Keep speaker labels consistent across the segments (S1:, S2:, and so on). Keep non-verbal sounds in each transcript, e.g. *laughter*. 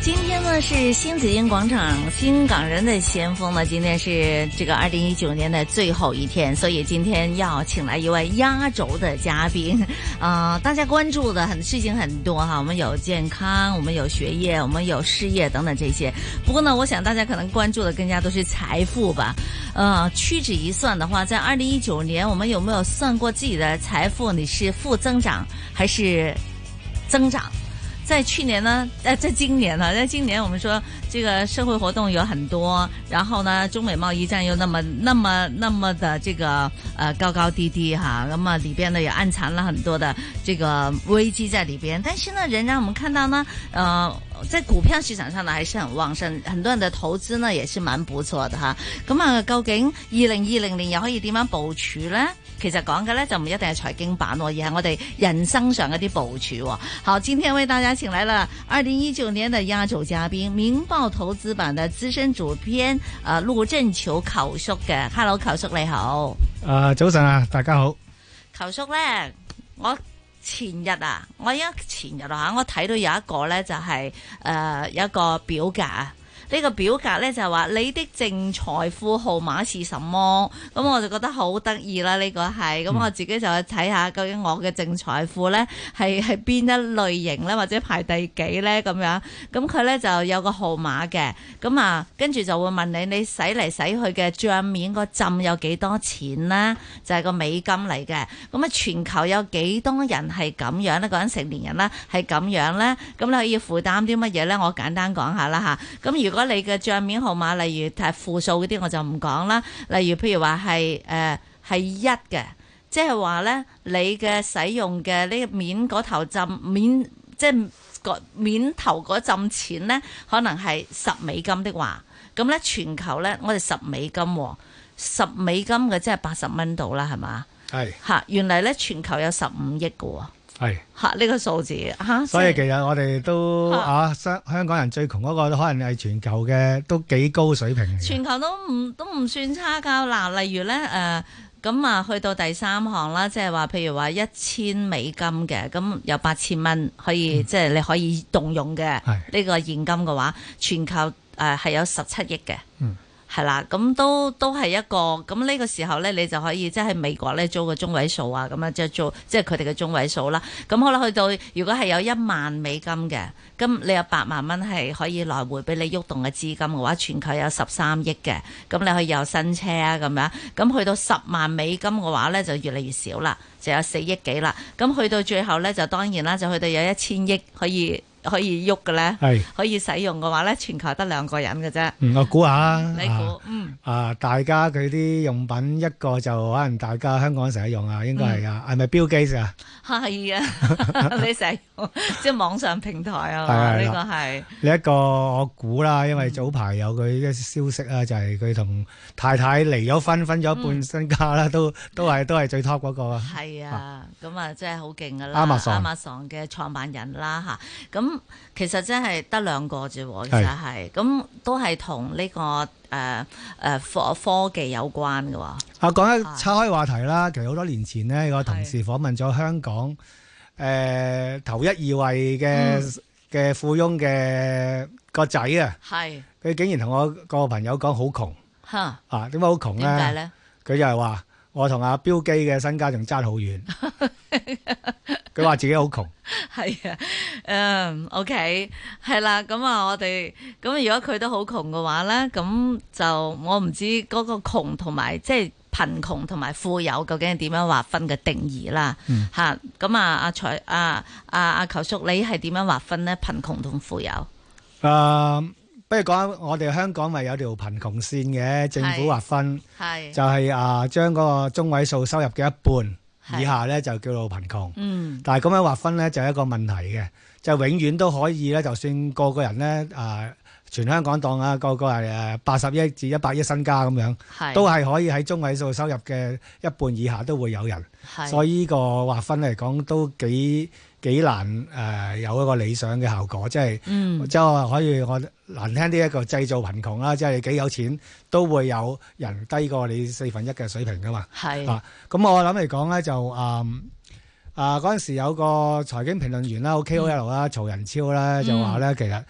S1: 今天呢是新紫金广场新港人的先锋呢，今天是这个二零一九年的最后一天，所以今天要请来一位压轴的嘉宾， *laughs* 呃，大家关注的很事情很多哈，我们有健康，我们有学业，我们有事业等等这些。不过呢，我想大家可能关注的更加都是财富吧，呃，屈指一算的话，在二零一九年我们有没有算过自己的财富？你是负增长还是增长？在去年呢，呃，在今年呢，在今年我们说这个社会活动有很多，然后呢，中美贸易战又那么那么那么的这个呃高高低低哈，那么里边呢也暗藏了很多的这个危机在里边，但是呢，仍然我们看到呢，呃，在股票市場上呢，還是很旺盛，很多人嘅投資呢，也是蠻不錯嘅嚇。咁啊，究竟二零二零年又可以點樣部署呢？其實講嘅呢，就唔一定係財經版喎，而係我哋人生上嗰啲部署喎。好，今天為大家請來了二零一九年的壓軸嘉賓《明報投資版》的資深主編啊陸振球球叔嘅。Hello，球叔你好。
S2: 啊，早晨啊，大家好。
S1: 球叔呢，我。前日啊，我而家前日啊，我睇到有一個咧就係、是、誒、呃、有一個表格啊，呢、這個表格咧就係話你的淨財富號碼是什麼？咁我就覺得好得意啦，呢、這個係
S2: 嗯
S1: 咁我自己就去睇下究竟我嘅淨財富咧係係邊一類型咧，或者排第幾咧咁樣。咁佢咧就有個號碼嘅，咁啊跟住就會問你你使嚟使去嘅帳面個浸有幾多錢啦？就係、是、個美金嚟嘅。咁啊，全球有幾多人係咁樣呢？嗰陣成年人啦，係咁樣咧，咁你可以負擔啲乜嘢咧？我簡單講下啦吓，咁如果你嘅帳面號碼，例如係負數嗰啲，我就唔講啦。例如譬如話係誒係一嘅，即係話咧你嘅使用嘅呢面嗰頭浸面，即係面頭嗰浸錢咧，可能係十美金的話，咁咧全球咧我哋十美金喎，十美金嘅即係八十蚊到啦，係嘛？
S2: 係
S1: 嚇，原嚟咧全球有十五億嘅喎，
S2: 係
S1: 嚇呢個數字嚇，
S2: 所以其實我哋都啊，香香港人最窮嗰個可能係全球嘅都幾高水平嚟嘅。
S1: 全球都唔都唔算差㗎嗱，例如咧誒咁啊，去到第三行啦，即係話譬如話一千美金嘅，咁有八千蚊可以即係你可以動用嘅呢個現金嘅話，全球誒係有十七億嘅。
S2: 嗯。
S1: 係啦，咁都都係一個咁呢個時候咧，你就可以即係美國咧租個中位數啊，咁啊即係租即係佢哋嘅中位數啦。咁好啦，去到如果係有一萬美金嘅，咁你有八萬蚊係可以來回俾你喐動嘅資金嘅話，全球有十三億嘅，咁你可以有新車啊咁樣。咁去到十萬美金嘅話咧，就越嚟越少啦，就有四億幾啦。咁去到最後咧，就當然啦，就去到有一千億可以。可以喐嘅咧，可以使用嘅話咧，全球得兩個人嘅啫。
S2: 嗯，我估下，
S1: 你估，嗯，
S2: 啊，大家佢啲用品一個就可能大家香港成日用啊，應該係啊，係咪 Bill Gates 啊？
S1: 係啊， *laughs* 你成日用即係網上平台啊嘛，呢個係。
S2: 你一個我估啦，因為早排有佢啲消息啊，就係佢同太太離咗婚，分咗半身家啦，都都係都係最 top 嗰個啊。
S1: 係啊，咁啊真係好勁㗎啦，Amazon 嘅創辦人啦嚇，咁。其實真係得兩個啫喎，其實係咁都係同呢個誒誒、呃呃、科科技有關嘅喎。啊，
S2: 講一岔開話題啦，其實好多年前呢，有個同事訪問咗香港誒、呃、頭一二位嘅嘅、嗯、富翁嘅個仔啊，
S1: 係
S2: 佢竟然同我個朋友講好窮
S1: 嚇
S2: 啊，點解好窮咧？
S1: 點解咧？
S2: 佢就係話我同阿標基嘅身家仲爭好
S1: *laughs*
S2: 遠。佢話自己好窮，
S1: 係啊，嗯，OK，係啦，咁啊，我哋咁如果佢都好窮嘅話咧，咁就我唔知嗰個窮同埋即係貧窮同埋富有究竟係點樣劃分嘅定義啦，嚇、嗯，咁啊，阿財啊啊阿球叔，你係點樣劃分咧貧窮同富有？
S2: 誒、呃，不如講我哋香港咪有條貧窮線嘅，政府劃分，
S1: 係
S2: 就係啊將嗰個中位數收入嘅一半。以下咧就叫做貧窮，
S1: 嗯、
S2: 但係咁樣劃分咧就係一個問題嘅，就永遠都可以咧，就算個個人咧啊、呃，全香港當啊個個係誒八十億至一百億身家咁樣，都係可以喺中位數收入嘅一半以下都會有人，所以呢個劃分嚟講都幾幾難誒、呃有一個理想嘅效果，即係、
S1: 嗯
S2: 即係我可以我難聽啲一個製造貧窮啦，即係你幾有錢都會有人低過你四分一嘅水平噶嘛。
S1: 係
S2: 啊，咁我諗嚟講咧就誒啊嗰陣時有個財經評論員
S1: 嗯
S2: 啦，好 KOL 啦，曹仁超啦，就話咧其實誒誒、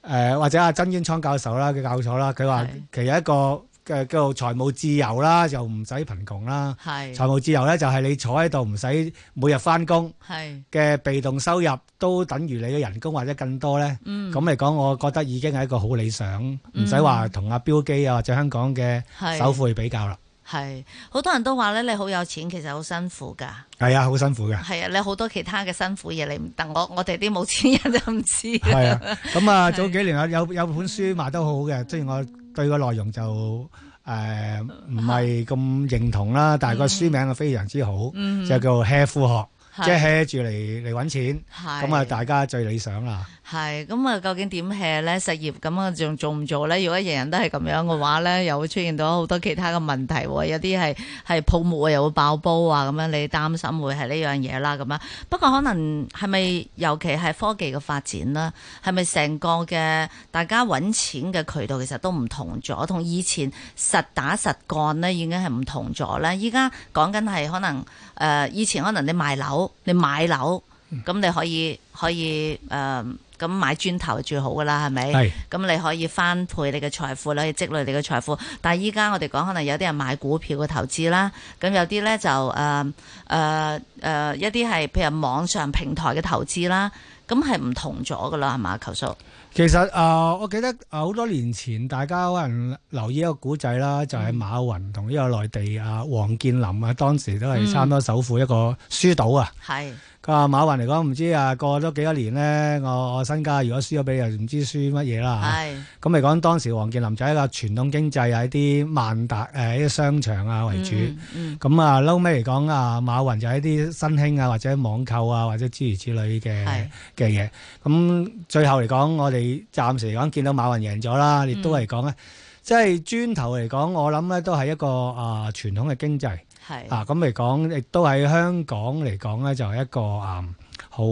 S2: 呃或者阿曾淵滄教授啦嘅教授啦，佢話
S1: 係
S2: 其實一個嘅叫做財務自由啦，就唔使貧窮啦。
S1: 係
S2: 財務自由咧就係你坐喺度唔使每日翻工
S1: 係
S2: 嘅被動收入，都等於你嘅人工或者更多咧。
S1: 嗯
S2: 咁嚟講，我覺得已經係一個好理想，唔使話同阿標基啊或者香港嘅
S1: 係
S2: 首富去比較啦。
S1: 係，好多人都話咧，你好有錢，其實好辛苦㗎。
S2: 係啊，好辛
S1: *laughs*
S2: 苦嘅。
S1: 係啊，你好多其他嘅辛苦嘢，你唔但我我哋啲冇錢人就唔知啦。
S2: 係啊，咁啊，早幾年有有有本書賣得好好嘅，雖然我對個內容就誒唔係咁認同啦，但係個書名啊非常之好，
S1: 嗯
S2: 就叫做 hea 富學，
S1: 係
S2: *laughs* 即係 hea 住嚟嚟揾錢，
S1: 係
S2: 咁啊大家最理想啦。
S1: 係咁啊，究竟點 hea 咧？實業咁啊，仲做唔做咧？如果人人都係咁樣嘅話咧，又會出現到好多其他嘅問題喎。有啲係係泡沫啊，又會爆煲啊，咁樣你擔心會係呢樣嘢啦。咁樣不過可能係咪尤其係科技嘅發展啦，係咪成個嘅大家揾錢嘅渠道其實都唔同咗，同以前實打實幹咧已經係唔同咗啦。依家講緊係可能誒、呃以前可能你賣樓，你買樓。咁你可以可以誒咁、買磚頭最好噶啦，係咪？
S2: 係
S1: 咁你可以翻倍你嘅財富，你可以積累你嘅財富。但係依家我哋講，可能有啲人買股票嘅投資啦，咁有啲咧就誒誒誒一啲係譬如網上平台嘅投資啦，咁係唔同咗噶啦，係嘛？求叔
S2: 其實誒、呃我記得呃好多年前，大家可能留意一個古仔啦，就係、
S1: 嗯
S2: 馬雲同呢個內地啊王健林啊，當時都係差
S1: 嗯
S2: 唔多首富一個輸到啊。
S1: 係
S2: 佢話馬雲嚟講唔知啊，過咗幾多年咧，我我身家如果輸咗俾人，唔知輸乜嘢啦。啊
S1: 係
S2: 咁嚟講，當時王健林就喺個傳統經濟喺啲萬達誒啲商場啊為主。
S1: 嗯嗯
S2: 咁啊，嬲尾嚟講啊，馬雲就喺啲新興啊，或者網購啊，或者諸如此類嘅
S1: 係
S2: 嘅嘢。咁最後嚟講，我哋暫時嚟講見到馬雲贏咗啦，亦
S1: 嗯
S2: 都嚟講咧，即係磚頭嚟講，我諗咧都係一個啊、傳統嘅經濟。
S1: 係
S2: 啊，咁嚟講，亦都喺香港嚟講咧，就係一個啊好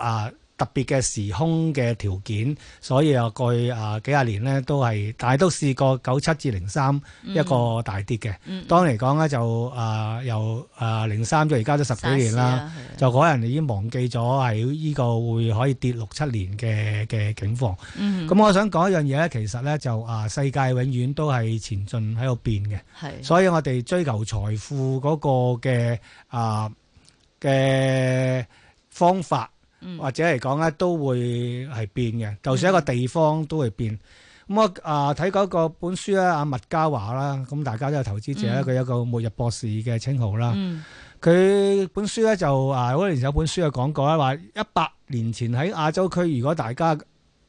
S2: 啊特別嘅時空嘅條件，所以啊過去啊幾廿年咧都係，但係都試過九七至零三一個大跌嘅。
S1: 嗯
S2: 當嚟講咧就啊由啊零三到而家都十幾年啦，，
S1: SARS 啊係啊
S2: 就可能已經忘記咗係呢個會可以跌六七年嘅嘅境況。
S1: 嗯
S2: 咁我想講一樣嘢咧，其實咧就啊世界永遠都係前進喺度變嘅。
S1: 係
S2: 所以我哋追求財富嗰個嘅啊嘅方法，
S1: 嗯
S2: 或者嚟講咧都會係變嘅。就算一個地方都會變。
S1: 嗯
S2: 咁我啊睇嗰個本書咧，阿麥嘉華啦，咁大家都有投資者啦，
S1: 嗯
S2: 佢有個末日博士嘅稱號啦。
S1: 嗯
S2: 佢本書咧就啊，嗰年有本書有講過啦，話一百年前喺亞洲區，如果大家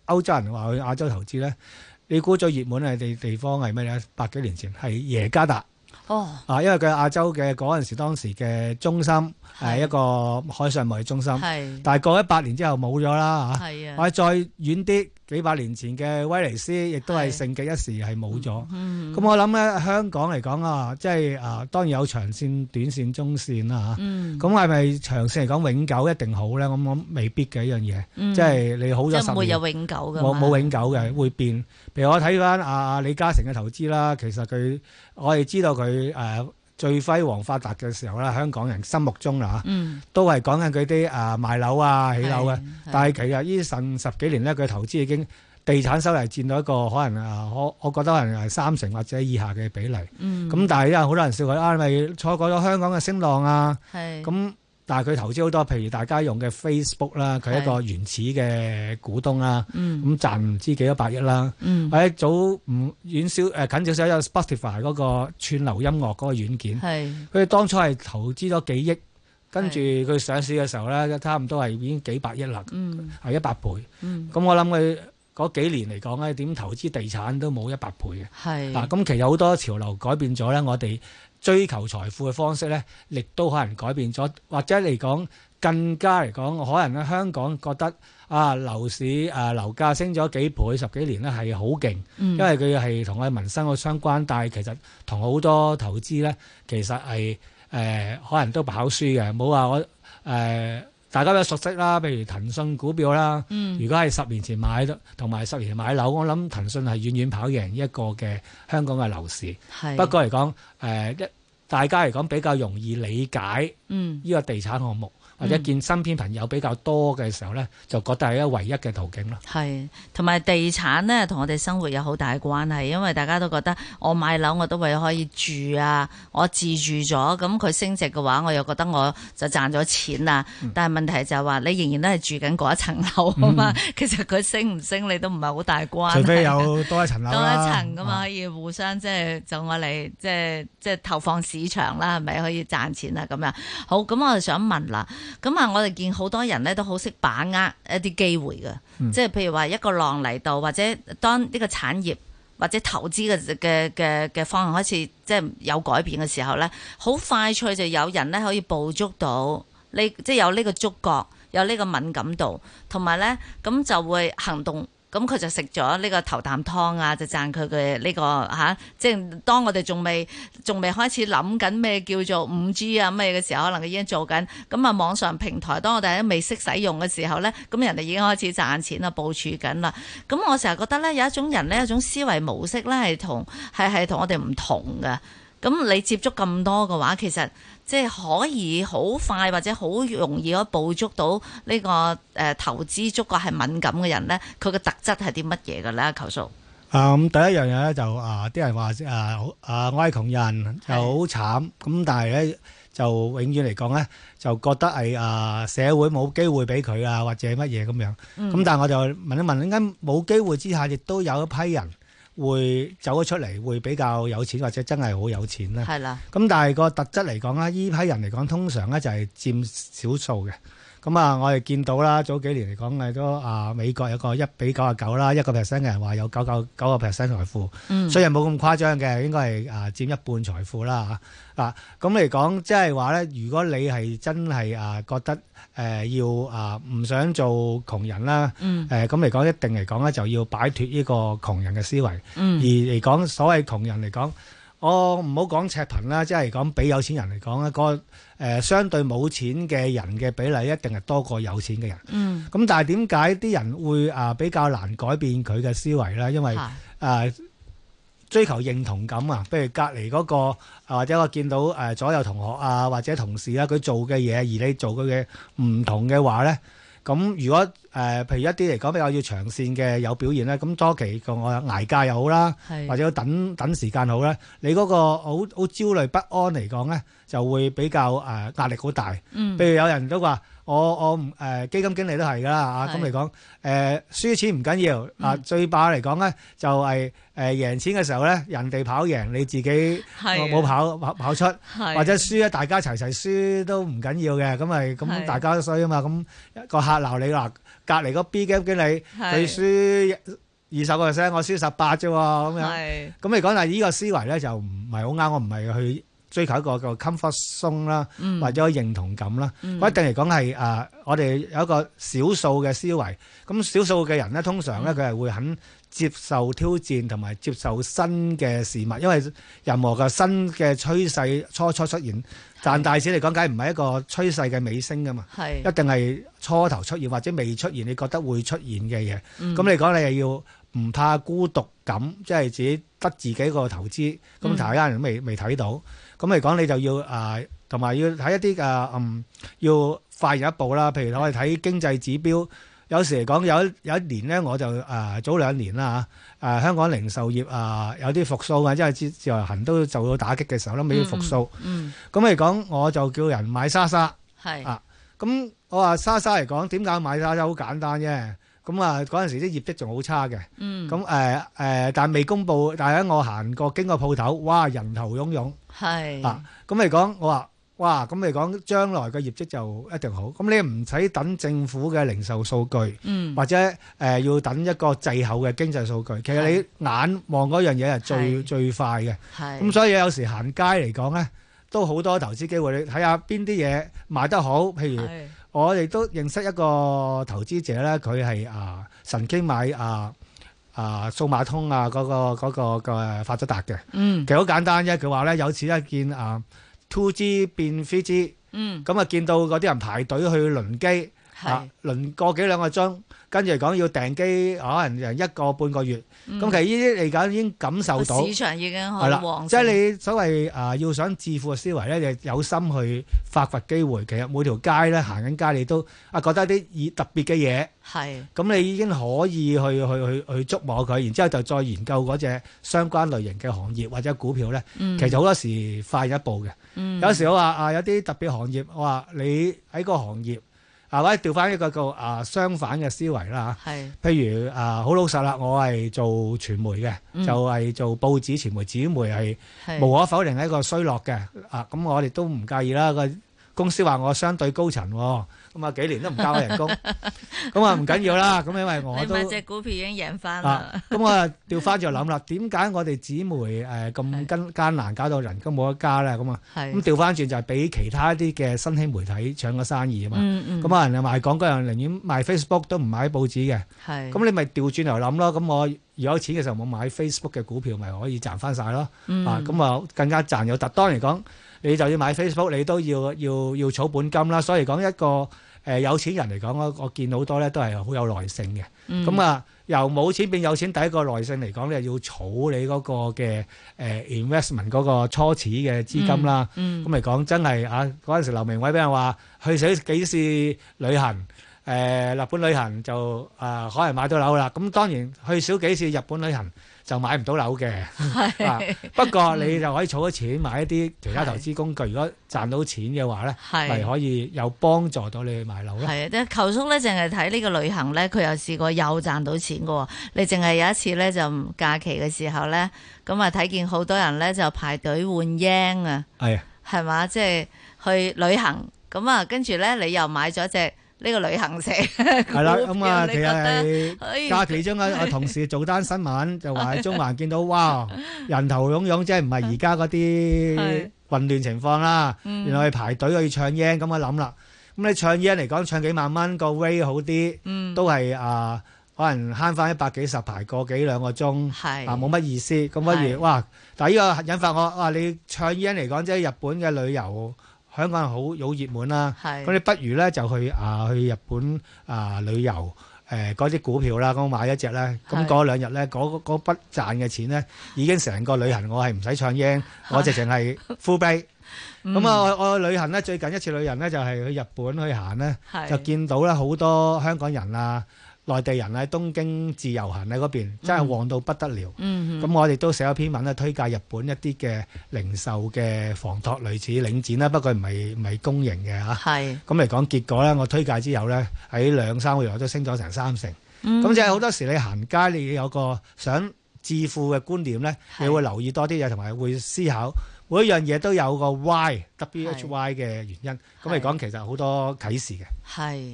S2: 歐洲人話去亞洲投資咧，你估最熱門嘅地地方係咩咧？百幾年前係耶加達。
S1: 哦
S2: 啊，因為佢亞洲嘅嗰陣時當時嘅中心
S1: 係
S2: 係一個海上貿易中心，
S1: 係
S2: 但係過一百年之後冇咗啦嚇。
S1: 係啊
S2: 或者再遠啲幾百年前嘅威尼斯，亦都係
S1: 係
S2: 盛極一時係冇咗。
S1: 嗯
S2: 咁啊我諗咧，香港嚟講啊，即係啊，當然有長線、短線、中線啦嚇。
S1: 嗯
S2: 咁係咪長線嚟講永久一定好咧？咁我諗未必嘅一樣嘢，
S1: 嗯
S2: 即係你好
S1: 即
S2: 咗
S1: 係唔
S2: 十
S1: 會
S2: 年。
S1: 有永久㗎
S2: 冇
S1: 嘛
S2: 冇永久嘅，會變。譬如我睇翻阿李嘉誠嘅投資啦，其實佢我哋知道佢誒、呃最輝煌發達嘅時候啦，香港人心目中啦嚇
S1: 嗯
S2: 都係講緊佢啲誒賣樓啊、起樓啊
S1: 係。
S2: 但係其實呢近十幾年咧，佢投資已經地產收入係佔到一個可能啊，我我覺得可能係三成或者以下嘅比例。咁、
S1: 嗯
S2: 但係因為好多人笑佢啊，咪錯過咗香港嘅聲浪啊！
S1: 係
S2: 咁但係佢投資好多，譬如大家用嘅 Facebook 啦，佢係一個原始嘅股東啦，
S1: 嗯
S2: 咁賺唔知幾多百億啦。
S1: 嗯
S2: 或者早唔遠少誒近少少有 Spotify 嗰個串流音樂嗰個軟件，
S1: 係
S2: 佢哋當初係投資咗幾億，跟住佢上市嘅時候咧，差唔多係已經幾百億啦，
S1: 嗯
S2: 係一百倍。
S1: 嗯
S2: 咁我諗佢嗰幾年嚟講咧，點投資地產都冇一百倍嘅。
S1: 係
S2: 嗱，咁其實好多潮流改變咗咧，我哋追求財富嘅方式咧，亦都可能改變咗，或者嚟講更加嚟講，可能咧香港覺得啊樓市啊樓價升咗幾倍十幾年咧係好勁，
S1: 因
S2: 因為佢係同我哋民生嘅相關，但係其實同好多投資咧，其實係誒、呃可能都跑輸嘅，冇話我誒。呃
S3: 大家都熟悉啦，譬如騰訊股票啦，
S1: 嗯
S3: 如果係十年前買同埋十年前買樓，我諗騰訊係遠遠跑贏一個嘅香港嘅樓市。
S1: 係
S3: 不過嚟講，誒、一大家嚟講比較容易理解
S1: 嗯
S3: 呢個地產項目，或者見身邊朋友比較多嘅時候咧，就覺得係一個唯一嘅途
S1: *laughs*
S3: 徑啦。
S1: 係，同埋地產咧，同我哋生活有好大關係，因為大家都覺得我買樓我都為可以住啊，我自住咗，咁佢升值嘅話，我又覺得我就賺咗錢啦。但係問題就係話，你仍然都係住緊嗰一層樓啊嘛，
S3: 嗯
S1: *laughs* 其實佢升唔升你都唔係好大關係。
S2: 除非有多一層樓
S1: 多
S2: 啦
S1: 一層噶嘛，
S2: 啊
S1: 可以互相即係就我嚟即係即係投放市場啦，係咪可以賺錢啊啦咁樣？好，咁我就想問啦，咁啊，我哋見好多人咧都好識把握一啲機會嘅，
S2: 嗯
S1: 即係譬如話一個浪嚟到，或者當呢個產業。或者投資嘅嘅嘅嘅方向開始即係有改變嘅時候咧，好快脆就有人咧可以捕捉到呢，即係有呢個觸覺，有呢個敏感度，同埋咧咁就會行動。咁佢就食咗呢個頭啖湯啊，就讚佢嘅呢個嚇、即係當我哋仲未仲未開始諗緊咩叫做五 G 啊咩嘅時候，可能佢已經做緊。咁啊網上平台，當我哋都未識使用嘅時候咧，咁人哋已經開始賺錢啦，部署緊啦。咁我成日覺得咧，有一種人咧，有一種思維模式咧，係同係係同我哋唔同嘅。咁你接觸咁多嘅話，其實即係可以好快或者好容易可以捕捉到呢、個誒、呃投資觸覺係敏感嘅人咧，佢嘅特質係啲乜嘢嘅咧？求叔，
S2: 啊咁第一樣嘢咧就啊啲人話啊好啊我係窮人就
S1: 係
S2: 好慘，咁但係咧就永遠嚟講咧就覺得係啊社會冇機會俾佢啊或者乜嘢咁樣，咁但係我就問一問，點解冇機會之下，亦都有一批人會走咗出嚟，會比較有錢或者真係好有錢咧？
S1: 係啦，
S2: 咁但係個特質嚟講咧，依批人嚟講，通常咧就係佔少數嘅。咁啊，我哋見到啦，早幾年嚟講係都啊美國有個一比九啊九啦，一個 percent 嘅人話有九九九個 percent 財富，
S1: 嗯，
S2: 雖然冇咁誇張嘅，應該係啊佔一半財富啦嚇。啊，咁嚟講，即係話咧，如果你係真係啊覺得誒、呃要啊唔想做窮人啦，
S1: 嗯
S2: 誒咁嚟講，一定嚟講咧就要擺脱呢個窮人嘅思維。而
S1: 嗯
S2: 嚟講，所謂窮人嚟講，我唔好講赤貧啦，即係講比有錢人嚟講咧，個誒、呃相對冇錢嘅人嘅比例一定係多過有錢嘅人。
S1: 嗯，
S2: 咁但係點解啲人會啊、比較難改變佢嘅思維咧？因為
S1: 嚇
S2: 啊追求認同感啊，譬如隔離嗰個啊或者我見到誒、呃左右同學啊或者同事啦、佢做嘅嘢而你做佢嘅唔同嘅話咧，咁如果誒、呃譬如一啲嚟講比較要長線嘅有表現咧，咁多期個我捱價又好啦，
S1: 係
S2: 或者等等時間好咧，你嗰個好好焦慮不安嚟講咧，就會比較誒、呃、壓力好大。
S1: 嗯
S2: 譬如有人都話我我唔誒、呃基金經理都係㗎啦啊，
S1: 係嗯
S2: 咁嚟講誒輸錢唔緊要啊，最怕嚟講咧就係、誒、贏錢嘅時候咧，人哋跑贏你自己
S1: 係啊
S2: 冇跑跑跑出，
S1: 係
S2: 或者輸咧大家齊齊輸都唔緊要嘅，咁咪
S1: 係
S2: 咁大家都衰啊嘛，咁個客鬧你啦，隔離個 B 基金經理佢
S1: 係
S2: 輸二十個 percent，我輸十八啫喎，咁樣。
S1: 係
S2: 咁嚟講，但係呢個思維咧就唔係好啱，我唔係去追求一個個 comfort zone 啦，
S1: 嗯
S2: 或者認同感啦。
S1: 嗯
S2: 我一定嚟講係誒，我哋有一個少數嘅思維。咁少數嘅人咧，通常
S1: 嗯
S2: 咧佢係會肯接受挑戰同埋接受新嘅事物，因為任何嘅新嘅趨勢初初出現，賺大錢嚟講，梗係唔係一個趨勢嘅尾聲噶嘛。
S1: 係
S2: 一定係初頭出現或者未出現，你覺得會出現嘅嘢。咁、
S1: 嗯
S2: 你講你又要唔怕孤獨感，即係自己得自己個投資。
S1: 嗯
S2: 咁其他人都未未睇到，咁嚟講你就要啊，同、埋要睇一啲啊嗯，要快人一步啦。譬如
S1: 嗯
S2: 我哋睇經濟指標，有時嚟講有一有一年咧，我就啊早兩年啦嚇，啊香港零售業啊有啲復甦啊，因為自自由行都受到打擊嘅時候咧，未要復甦。
S1: 嗯
S2: 咁嚟講，我就叫人買莎莎。
S1: 係
S2: 啊咁我話莎莎嚟講，點解買莎莎好簡單啫？咁啊嗰陣時啲業績仲好差嘅，
S1: 嗯
S2: 咁誒誒，但未公佈，但係咧我行過經過鋪頭，哇人頭湧湧
S1: 係
S2: 啊！咁嚟講，我話哇，咁嚟講將來嘅業績就一定好。咁你唔使等政府嘅零售數據，
S1: 嗯
S2: 或者誒、呃要等一個滯後嘅經濟數據。其實你眼望嗰樣嘢係最
S1: 係
S2: 最快嘅。
S1: 係
S2: 咁所以有時行街嚟講咧，都好多投資機會。你睇下邊啲嘢賣得好，譬如。
S1: 係
S2: 我哋都認識一個投資者咧，佢係啊神經買啊啊數碼通啊嗰、個嗰、個嘅發咗達嘅，
S1: 嗯
S2: 其實好簡單啫。佢話咧有次一見啊 two G 變 three G，
S1: 嗯，
S2: 咁啊見到嗰啲人排隊去輪機，啊
S1: 係，
S2: 輪個幾兩個鐘，跟住講要訂機，可能誒一個半個月。
S1: 嗯
S2: 咁、其實呢啲嚟講已經感受到
S1: 個。市場已經
S2: 係
S1: 好
S2: 啦
S1: 旺，
S2: 即
S1: 盛，
S2: 係你所謂啊、要想致富嘅思維咧，就有心去發掘機會。其實每條街咧，行緊街，你都啊覺得啲以特別嘅嘢，
S1: 係
S2: 咁你已經可以去去去去捉摸佢，然之後就再研究嗰只相關類型嘅行業或者股票咧。
S1: 嗯
S2: 其實好多時快一步嘅。
S1: 嗯
S2: 有時我話啊，有啲特別行業，我話你喺個行業啊，或者調翻一個個啊相反嘅思維啦
S1: 係
S2: 嚇譬如啊，好老實啦，我係做傳媒嘅，
S1: 嗯
S2: 就係做報紙、傳媒、紙媒係。
S1: 係
S2: 無可否認係一個衰落嘅啊！咁我哋都唔介意啦。個公司話我相對高層喎，咁啊幾年都唔加我
S1: *laughs*
S2: 人工，咁啊唔緊要啦。咁因為我
S1: 你
S2: 都
S1: 買只股票已經贏翻啦
S2: 啊，，咁我啊調翻就諗啦，點解我哋紙媒誒咁艱艱難搞到人工冇得加咧？咁啊，咁
S1: 係
S2: 調翻轉就係俾其他一啲嘅新興媒體搶咗生意啊嘛。
S1: 嗯嗯
S2: 咁啊，人哋賣廣告，人寧願賣 Facebook 都唔買報紙嘅。
S1: 係
S2: 咁你啊咪調轉頭諗咯。咁我如果有錢嘅時候，我買 Facebook 嘅股票，咪可以賺翻晒咯。
S1: 嗯
S2: 啊，咁啊更加賺有突。當然講，你就要買 Facebook，你都要要要儲本金啦。所以講一個誒、呃有錢人嚟講，我我見好多咧都係好有耐性嘅。
S1: 嗯
S2: 咁啊、由冇錢變有錢，第一個耐性嚟講，你就要儲你嗰個嘅誒、呃 investment 嗰個初始嘅資金啦。
S1: 嗯
S2: 咁嚟講，真係啊！嗰陣時劉明偉俾人話去死幾次旅行，誒、日本旅行就啊、可能買到樓啦。咁當然去少幾次日本旅行就買唔到樓嘅。啊不過
S1: 嗯
S2: 你就可以儲咗錢買一啲其他投資工具，如果賺到錢嘅話咧，咪
S1: 係。
S2: 可以有幫助到你去買樓咯。
S1: 係啊，但係球叔咧，淨係睇呢個旅行咧，佢又試過又賺到錢嘅喎。你淨係有一次咧，就假期嘅時候咧，咁啊睇見好多人咧就排隊換 yen 啊，*laughs*
S2: 係啊
S1: 係嘛，即係去旅行。咁啊，跟住咧你又買咗只呢個旅行社
S2: 係啦，
S1: 股
S2: 咁
S1: 票，
S2: 啊，
S1: 你
S2: 其
S1: 覺
S2: 實
S1: 得？
S2: 係
S1: 哎
S2: 假
S1: *laughs*
S2: 期中我啊同事做單新聞，就話喺中環見
S1: *laughs*
S2: 到哇人頭湧湧，即係唔係而家
S1: 係
S2: 嗰啲混亂情況啦。
S1: 嗯
S2: 原來去排隊去唱 yen 咁我啊諗啦。咁你唱 yen 嚟講，唱幾萬蚊個 rate 好啲，
S1: 嗯，
S2: 都係啊可能慳翻一百幾十排個幾兩個鐘。
S1: 係
S2: 啊冇乜意思，咁不
S1: 係
S2: 如哇！但係呢個引發我哇，你唱 yen 嚟講，即係日本嘅旅遊，香港人好好熱門啦。
S1: 係
S2: 咁你不如咧就去啊去日本啊旅遊。誒嗰啲股票啦，咁買一隻咧，咁
S1: 係
S2: 嗰兩日咧，嗰嗰筆賺嘅錢咧，已經成個旅行我係唔使唱
S1: *laughs*
S2: yen，我直情係 full pay。咁
S1: 嗯
S2: 啊，我我旅行咧最近一次旅行咧就係去日本去行咧，
S1: 嗯係
S2: 就見到咧好多香港人啊、內地人喺東京自由行喺嗰邊，真係旺到不得了。
S1: 嗯
S2: 咁我哋都寫咗篇文咧，啊推介日本一啲嘅零售嘅房託類似領展啦，不過唔係唔係公營嘅嚇。
S1: 係
S2: 咁嚟講結果咧，我推介之後咧，喺兩三個月內都升咗成三成。
S1: 嗯
S2: 咁即係好多時你行街，你有個想致富嘅觀念咧，
S1: 係
S2: 你會留意多啲嘢，同埋會思考每一樣嘢都有個 why，W H Y 嘅原因。咁嚟講，其實好多啟示嘅。
S1: 係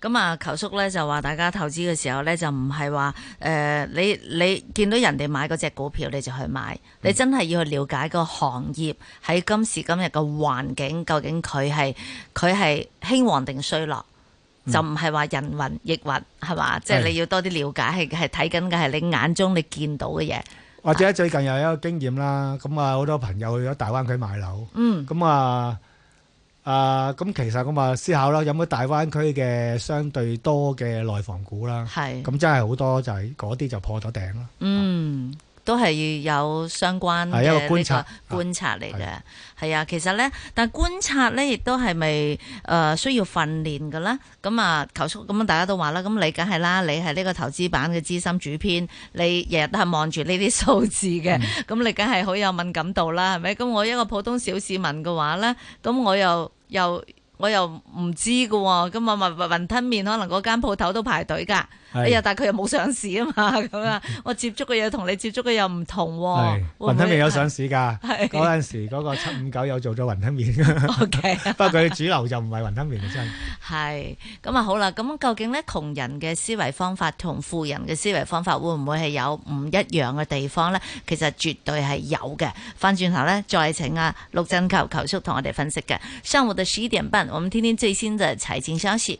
S1: 咁啊，球叔咧就話大家投資嘅時候咧就唔係話誒你你見到人哋買嗰只股票你就去買，你真係要去了解個行業喺今時今日嘅環境究竟佢係佢係興旺定衰落。就唔係話人云亦云係嘛，即係
S2: 係
S1: 你要多啲了解，係係睇緊嘅係你眼中你見到嘅嘢。
S2: 或者最近又有一個經驗啦，咁啊好多朋友去咗大灣區買樓。
S1: 嗯，
S2: 咁啊啊，咁其實咁啊思考啦，有冇大灣區嘅相對多嘅內房股啦？
S1: 係。
S2: 咁真係好多就係嗰啲就破咗頂啦。
S1: 嗯，都係有相關嘅
S2: 係一個
S1: 呢
S2: 觀察啊
S1: 個觀察嚟嘅，係啊，其實咧，但係觀察咧，亦都係咪誒需要訓練嘅咧？咁啊，求叔咁大家都話啦，咁你梗係啦，你係呢個投資版嘅資深主編，你日日都係望住呢啲數字
S2: 嗯
S1: 嘅，咁、你梗係好有敏感度啦，係咪？咁我一個普通小市民嘅話咧，咁我又又。我又唔知嘅喎，咁啊雲雲吞麵可能嗰間鋪頭都排隊㗎，哎呀，但係佢又冇上市啊嘛， *laughs* 咁啊，我接觸嘅嘢同你接觸嘅又唔同喎
S2: 係，雲吞麵
S1: *laughs*
S2: 有上市㗎，
S1: 係
S2: 嗰陣時嗰個七五九有做咗雲吞麵，
S1: O K，
S2: *laughs* 不過佢主流就唔係雲吞麵嘅真係。
S1: 係咁啊好啦，咁究竟咧窮人嘅思維方法同富人嘅思維方法會唔會係有唔一樣嘅地方咧？其實絕對係有嘅。翻轉頭咧，再請啊陸振球球叔同我哋分析嘅。上午嘅十一點半，我們聽聽最新嘅財經消息。